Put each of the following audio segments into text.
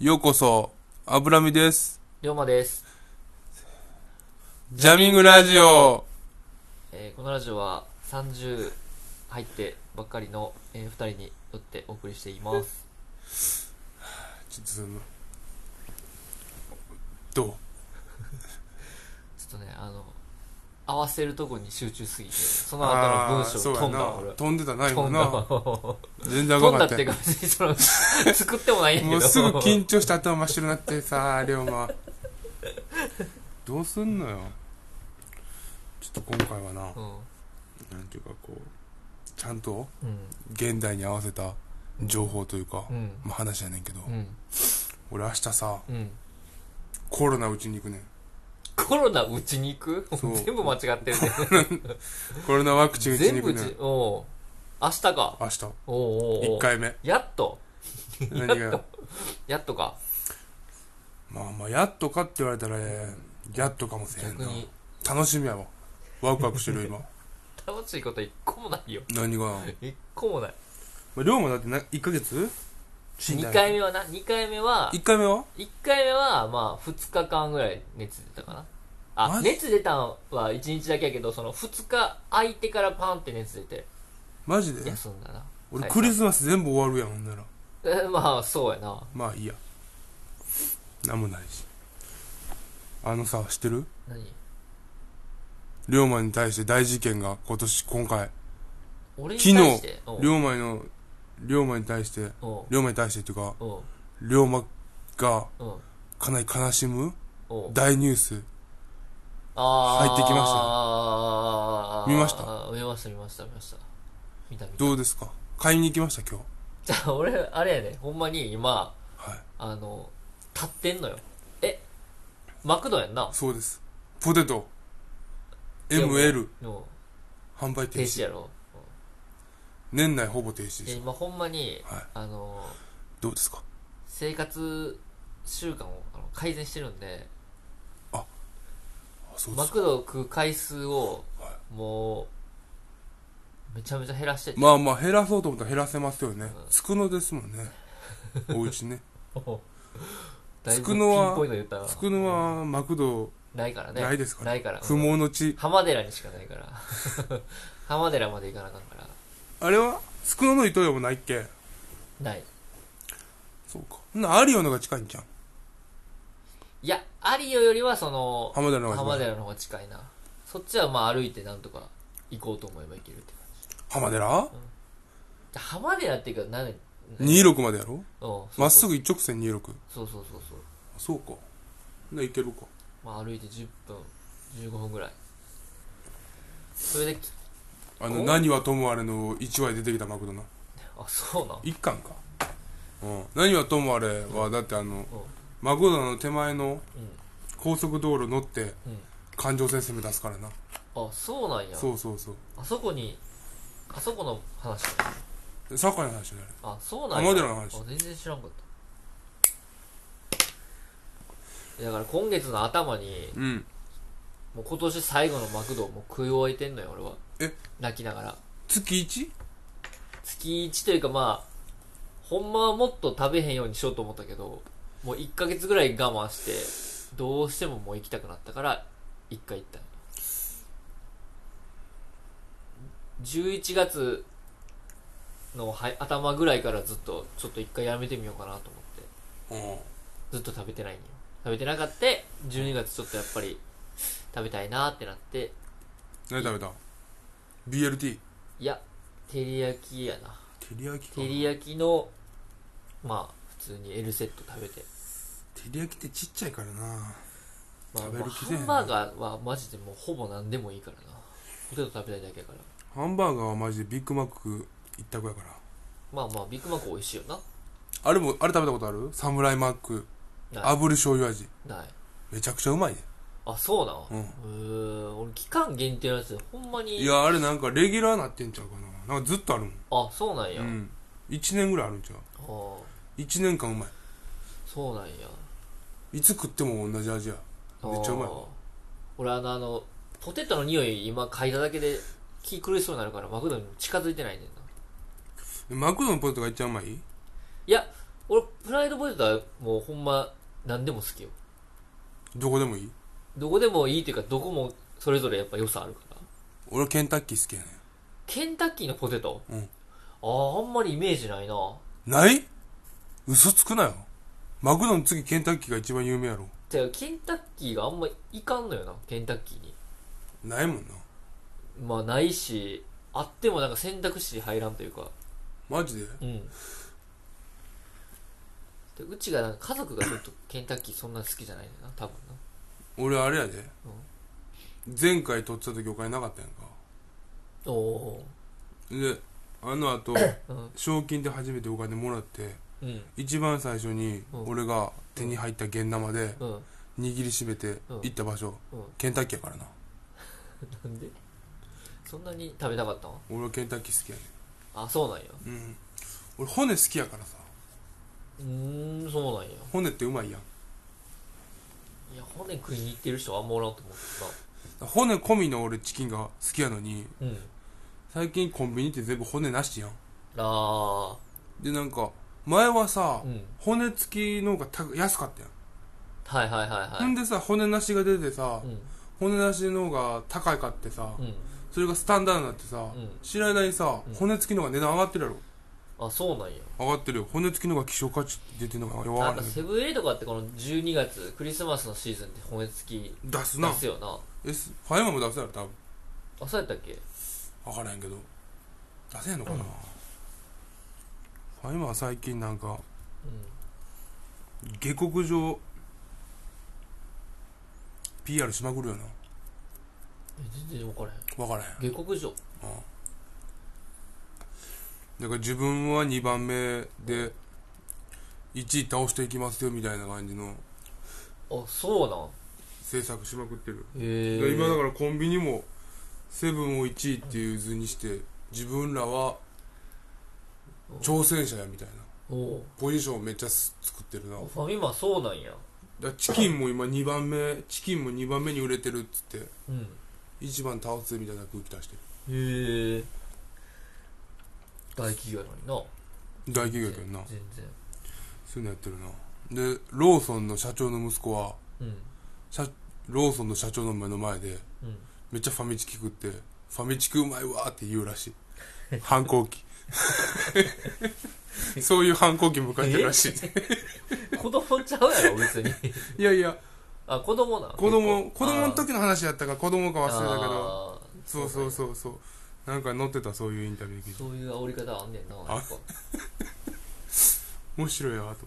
ようこそ、油見です。龍馬です、ジャミングラジオ。えーこのラジオは30入ってばっかりの、え2人によってお送りしていますちょっとその、どうちょっとねあの合わせるとこに集中すぎてその後の文章そうや飛んだなわ俺。飛んでたな、飛今んだな。わ全然あか飛んかんだっったていうやか別にそ の作ってもないんやんけどもうすぐ緊張して頭真っ白になってさ、龍馬。どうすんのよ。ちょっと今回はな、うん、なんていうかこう、ちゃんとうん現代に合わせた情報というか、うんまあ話やねんけど、うん俺明日さ、うんコロナうちに行くねん。コロナうちに行くそう全部間違ってるねコロナワクチンうちに全行部くじねん。おう明日か明日。おうおうお1う回目。やっと何がやっとかまあまあやっとかって言われたらねやっとかもしれん逆なに楽しみやわワクワクしてる今楽しいこと一個もないよ 何が、ま一個もないあ、龍馬だってな1ヶ月2回目はな2回目は1回目は1回目はまあ2日間ぐらい熱出たかなあマジ熱出たんは1日だけやけどその2日空いてからパンって熱出てマジで休んだな俺はいクリスマス全部終わるやんほんならえまあそうやなまあいいやなんもないしあのさ知ってる何龍馬に対して大事件が今年今回俺に昨日対しておう龍馬の龍馬に対しておう龍馬に対してっていうかおう龍馬がおうかなり悲しむおう大ニュースあー入ってきましたあー見ました見ました見ました見ました見た見たどうですか買いに行きました今日じゃあ俺あれやねほんまに今はいあの立ってんのよえマクドやんなそうです。ポテト、いやもう ML、の販売停停止止。やろ年内ほぼ停止ででした。今ほんまに、はいあのどうですか生活習慣をあの改善してるんであ、そうでマすか。クドを食う回数をはもうめちゃめちゃ減らしてて、まあまあ、減らそうと思ったら減らせますよねうん。つくのですもん ね。おうちね。だいぶつくピンのはポイント言ったらつくのは、マクド、ないからねないですから。ないから不毛の地。浜寺にしかな いから浜寺まで行かなあかんからあれはつくのの糸魚もないっけないそうか。ほんならあるよのが近いんじゃん。いやアリオよりはその浜田の方が浜近い。寺の方が近いなそっちはまあ歩いてなんとか行こうと思えば行けるって浜寺じゃあ浜寺っていうか何 ?26 までやろまっすぐぐ一直線26。そうそうそうそそう、うか。ほんならいけるか。まあ、歩いて10分15分ぐらいそれできあおの、何はともあれの1話で出てきたマクドな。あそうなん一巻か、うん、何はともあれはだってあのマクドナの手前の高速道路乗ってうん環状線攻め出すからなうんあそうなんやそうそうそうあそこにあそこの話でサッカーの話だよねあそうなんや浜寺の話あ全然知らんかっただから今月の頭にうんもう今年最後のマクドをもう食い終えてんのよ俺はえ泣きながら月 1? 月1というかまあほんまはもっと食べへんようにしようと思ったけどもう1ヶ月ぐらい我慢してどうしてももう行きたくなったから1回行った11月のはい頭ぐらいからずっとちょっと1回やめてみようかなと思ってうんずっと食べてないんよ食べてなかった12月ちょっとやっぱり食べたいなってなって何食べた ?BLT いや照り焼きやな照り焼きか照り焼きのまあ普通に L セット食べて、照り焼きってちっちゃいからなまあ、食べる気せえへんまあハンバーガーはマジでもうほぼ何でもいいからなポテト食べたいだけやからハンバーガーはマジでビッグマック一択やからまあまあビッグマック美味しいよなあれもあれ食べたことあるサムライマックない炙る醤油味ないめちゃくちゃうまいねあそうなうんん、ーん俺期間限定のやつでほんまにいやあれなんかレギュラーなってんちゃうかななんかずっとあるもんあそうなんや、うあん1年ぐらいあるんちゃうあー1年間うまそうなんやいいつ食っても同じ味やめっちゃうまいあー俺あのあのポテトの匂い今嗅いだだけで気狂いそうになるからマクドに近づいてないねんなマクドのポテトが一番うまいいや俺、プライドポテトはもうほんま何でも好きよ。どこでもいいどこでもいいっていうか、どこもそれぞれやっぱ良さあるから。俺ケンタッキー好きやねケンタッキーのポテトうんああ、あんまりイメージないな。ない嘘つくなよマクドの次ケンタッキーが一番有名やろてか、ケンタッキーがあんまいかんのよな、ケンタッキーに。ないもんなまあ、ないし、あってもなんか選択肢に入らんというか。マジでうん。でうちがなんか家族がちょっとケンタッキーそんな好きじゃないんだよな、多分な。俺あれやで、前回撮ってた時お金なかったやんかおおであのあとー。うん。賞金で初めてお金もらってうん。一番最初にうん俺が手に入った現生でうん。握りしめてうん行った場所、うん。ケンタッキーやからななんでそんなに食べたかったの俺はケンタッキー好きやねあ、そうなんや。うん俺骨好きやからさうーん、そうなんや。骨ってうまいやんいや、骨食いに行ってる人はあんまおらんと思う骨込みの俺チキンが好きやのにけどな。うん。最近コンビニって全部骨なしやんあでなんか前はさ、ー。うん。骨付きの方が高安かったやん、はいはいはいほはいん。でさ骨なしが出てさ、うん。骨なしの方が高いかってさ、うん。それがスタンダードになってさ、ん知らないさ、うん骨付きの方が値段上がってるやろあ、そうなんや。上がってるよ骨付きの方が希少価値出てるのが弱なんいかセブンイレとかってこの12月、クリスマスのシーズンって骨付き出すな出すよな。えすファイマも出せやろ多分あ、そうやったっけ分からへんけど出せんのかな、ファイマは最近なんかう。下克上 PR しまくるよなんえ全然分からへ分ん。からへん下克上。だから自分は2番目で1位倒していきますよみたいな感じのあ、そうなん。制作しまくってる、へえ。今だからコンビニもセブンを1位っていう図にして自分らは挑戦者やみたいなおうポジションをめっちゃす作ってるなだかファミマそうなんや。らチキンも今2番目チキンも2番目に売れてるっつってうん。 1番倒すみたいな空気出してるへえ。大企業やのに大企業やけどなな。全然。そういうのやってるなでローソンの社長の息子はうん。社ローソンの社長の目の前でうん。めっちゃファミチキ食ってファミチキうまいわーって言うらしい反抗 期そういう反抗期迎えてるらしい子供ちゃうやろ、別に。 いやいやあ、子供なん子供結子構供の時の話やったから子供か忘れたけどあーそうそうそうそうなんか載ってたそういうインタビュー記事そういう煽り方あんねんな。あやっぱ面白いわと思って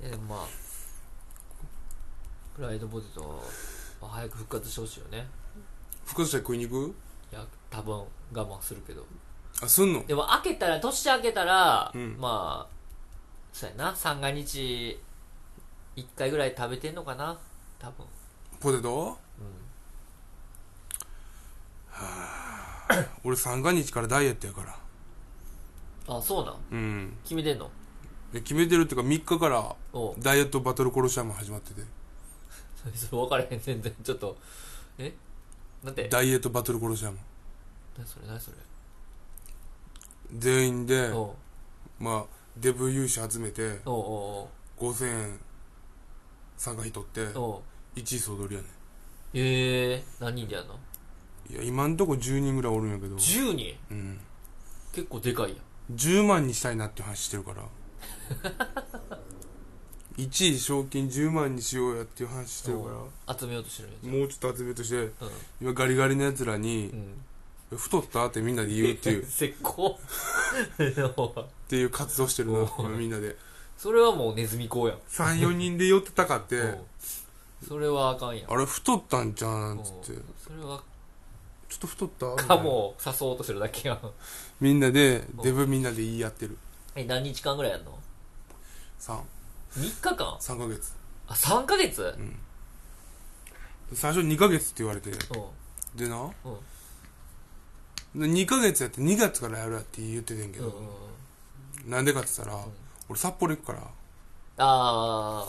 いやでもまあ、フライドポテトはまあ早く復活してほしいよね。福祉食いに行くいや、多分我慢するけど。あすんのでも開けたら、年明けたら、うんまあ、そうやな、三が日、一回ぐらい食べてんのかな多分。ポテトうん。 俺三が日からダイエットやからあ、そうなんうん決めてんので決めてるっていうか3日からおうダイエットバトルコロシアム始まっててそれ分からへん、全然。ちょっと、えなんてダイエットバトルコロシアム何それ何それ全員でおうまあデブ勇者集めておうおう5000円参加費取っておうおう1位総取りやねええ何人でやんのんいや今んとこ10人ぐらいおるんやけど、 ?10 人うん、結構でかいやん。 10万にしたいなっていう話してる から1位賞金10万にしようやっていう話してるからお集めようとしてるんやつ。もうちょっと集めとしてうん今ガリガリのやつらにうん。 「太った?」ってみんなで言うっ ていうっ絶好。ていう活動してるなおう今みんなでそれはもうネズミ講やん。 34人で寄ってたかっうてんそれはあかんやん。あれ太ったんじゃんっつってうんそれは、ちょっと太ったみたいなかも誘おうとしてるだけやん。みんなでデブみんなで言い合ってるえ、何日間ぐらいやんの33 ?3 日間ヶ月あ、3ヶ月うん。最初2ヶ月って言われてでなうん。で2ヶ月やって2月からやるやって言っててんけうんうんどうん。なんでかって言ったらん俺札幌行くからあ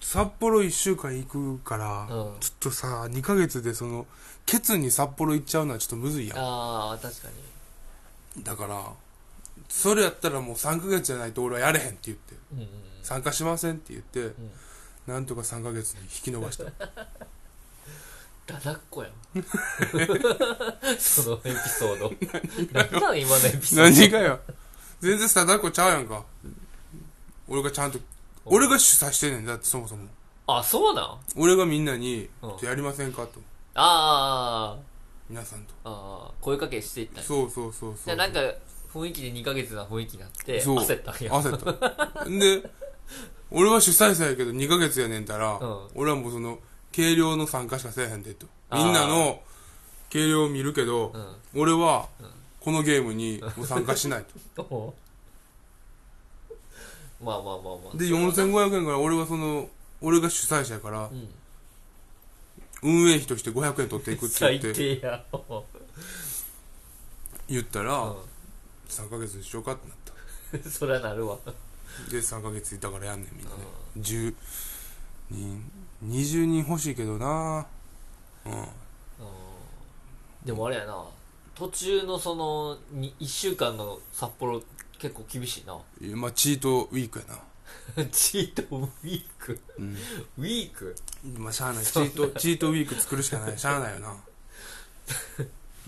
札幌1週間行くからあ。うん。ちょっとさ2ヶ月でそのケツに札幌行っちゃうのはちょっとむずいやんああ、確かに。だからそれやったらもう3ヶ月じゃないと俺はやれへんって言ってうんうんうん参加しませんって言って、んなんとか3ヶ月に引き延ば した だだっこ やんそのエピソード何なん今のエピソード何がよ全然貞子ちゃうやんか俺がちゃんと俺が主催してんねんだってそもそもあそうなん俺がみんなに「うんちょっとやりませんか?」とあー皆さんとあーあー声かけしていったんやそうそうそうそうじゃあなんか雰囲気で2ヶ月な雰囲気になってそう焦ったんや焦ったで俺は主催者やけど2ヶ月やねんたら、うん俺はもうその軽量の参加しかせえへんでとみんなの軽量を見るけど、うん俺はこのゲームにもう参加しないとおまあまあまあまあで4500円から俺はその俺が主催者やからうん運営費として500円取っていくって言最って低やお言ったら、う3ヶ月にしようかってなったうん そりゃなるわで3ヶ月いたからやんねんみんなね10人20人欲しいけどなうんうんでもあれやな途中のその1週間の札幌結構厳しいな いやまあチートウィークやなチートウィークうんウィークまあしゃあないチートチートウィーク作るしかないしゃあないよな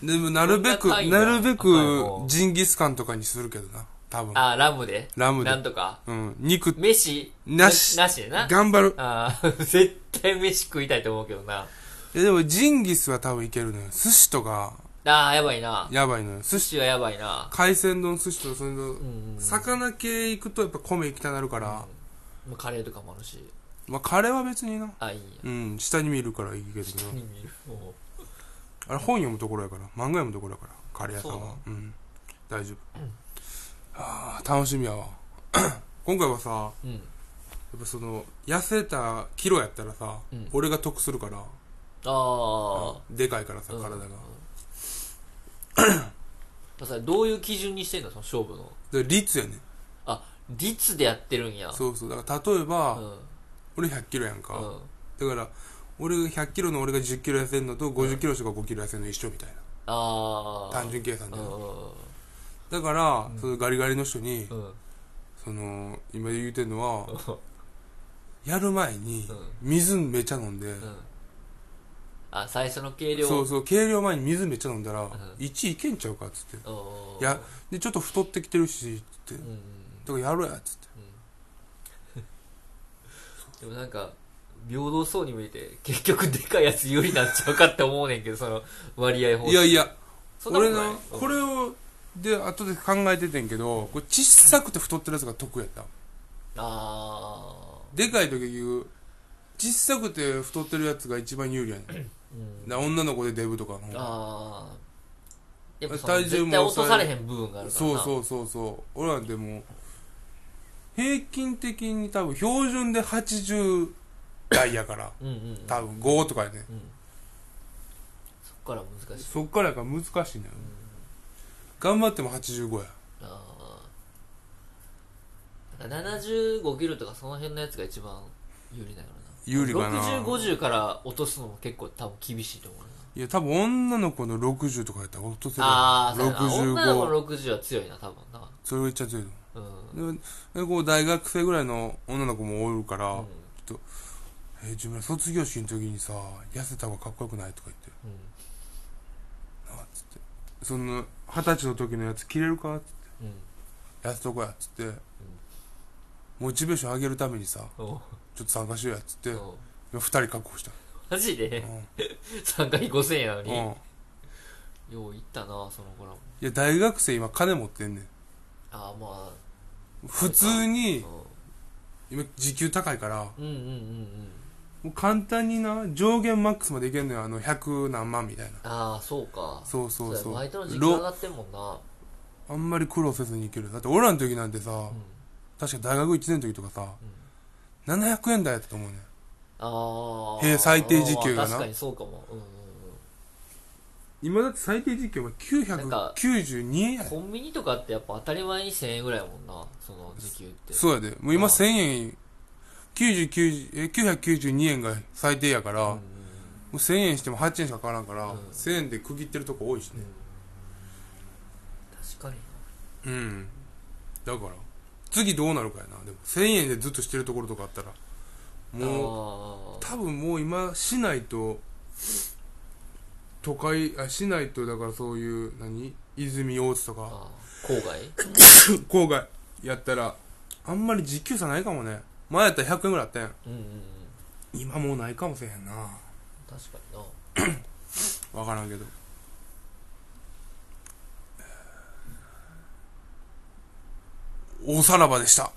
でもなるべくそんな単位なだるべあくもうジンギスカンとかにするけどな多分あラムでラムでなんとかうん肉飯なしなしでな頑張るあー 絶対飯食いたいと思うけどないやでもジンギスは多分いけるのよ寿司とかああやばいなやばいのよ寿寿司司はやばいな海鮮丼寿司とそれのうん魚系行くとやっぱ米行きたなるから、まあカレーとかもあるしまあカレーは別になあいいんやうん下に見るからいいけどなに見るおうあれ本読むところやから漫画読むところやからカレー屋さんそうはなのうん大丈夫、はあ楽しみやわ 今回はさやうんっぱその痩せたキロやったらさ、うん俺が得するからああでかいからさうん体が、まあさどういう基準にしてんのその勝負ので率やねんあ率でやってるんやそうそうだから例えば、うん俺1 0 0キロやんうか、んだから俺が100キロの俺が1 0キロ痩せるのと5 0キロしか5キロ痩せるの一緒みたいなああ単純計算うでんだから、そのガリガリの人に、うんうんその今言うてんのは、やる前にうん水めちゃ飲んで、うんあ最初の計量そうそう計量前に水めっちゃ飲んだら、ん1いけんちゃうかっつっておーいやでちょっと太ってきてるしつっうてんうんだからやろうやっつってでもなんか平等そうに見えて結局でかいやつ有利になっちゃうかって思うねんけどその割合方いやいやそんなこ俺とないなこれをで後で考えててんけどこれ小さくて太ってるやつが得やったああでかい時言う小さくて太ってるやつが一番有利やねうんんな女の子でデブとかのああやっぱその体重も絶対落とされへん部分があるからそうなうそうそうそう俺なんてもう平均的に多分標準で80台やからうんうんうん多分5とかやねそっから難しいそっからやから難しいね、頑張っても85やああ75キロとかその辺のやつが一番有利だからな有利かな6050から落とすのも結構多分厳しいと思うないや多分女の子の60とかやったら落とせるああ女の子65の60は強いな多分なそれがいっちゃ強いとうん、思うででこう大学生ぐらいの女の子もおるから、うんえー自分ら卒業式の時にさ痩せた方がかっこよくないとか言ってなあつってその二十歳の時のやつ着れるかうんうんやつとこやっつって、モチベーション上げるためにさおうちょっと参加しようやっつっておう2人確保した、マジで うん参加費5000円やのに、うん、いよう行ったなその頃もや大学生今金持ってんねんああまあ普通にう今時給高いからんうんうんうんうんもう簡単にな上限マックスまでいけんのよあの100何万みたいなああそうかそうそうだよそうバイトの時間上ろがってんもんなあんまり苦労せずにいけるだって俺らの時なんてさ、うん確か大学1年の時とかさ、700円台やったと思うねんああへえ最低時給がな確かにそうかもうんうんう今だって最低時給はなんか992円やんでコンビニとかってやっぱ当たり前に1000円ぐらいやもんなその時給ってそうやでもう今ああ1000円99え992円が最低やから、うんうもんう1000円しても8円しか変わらんから、うん1000円で区切ってるとこ多いしうんね確かにうんだから次どうなるかやなでも1000円でずっとしてるところとかあったらもうも多分もう今市内と都会あ市内とだからそういう何泉大津とあーかあー郊外郊外やったらあんまり時給差ないかもね前やったら100円ぐらいあったやんうんうんうん今もうないかもしれへんな確かにな分からんけど大さらばでした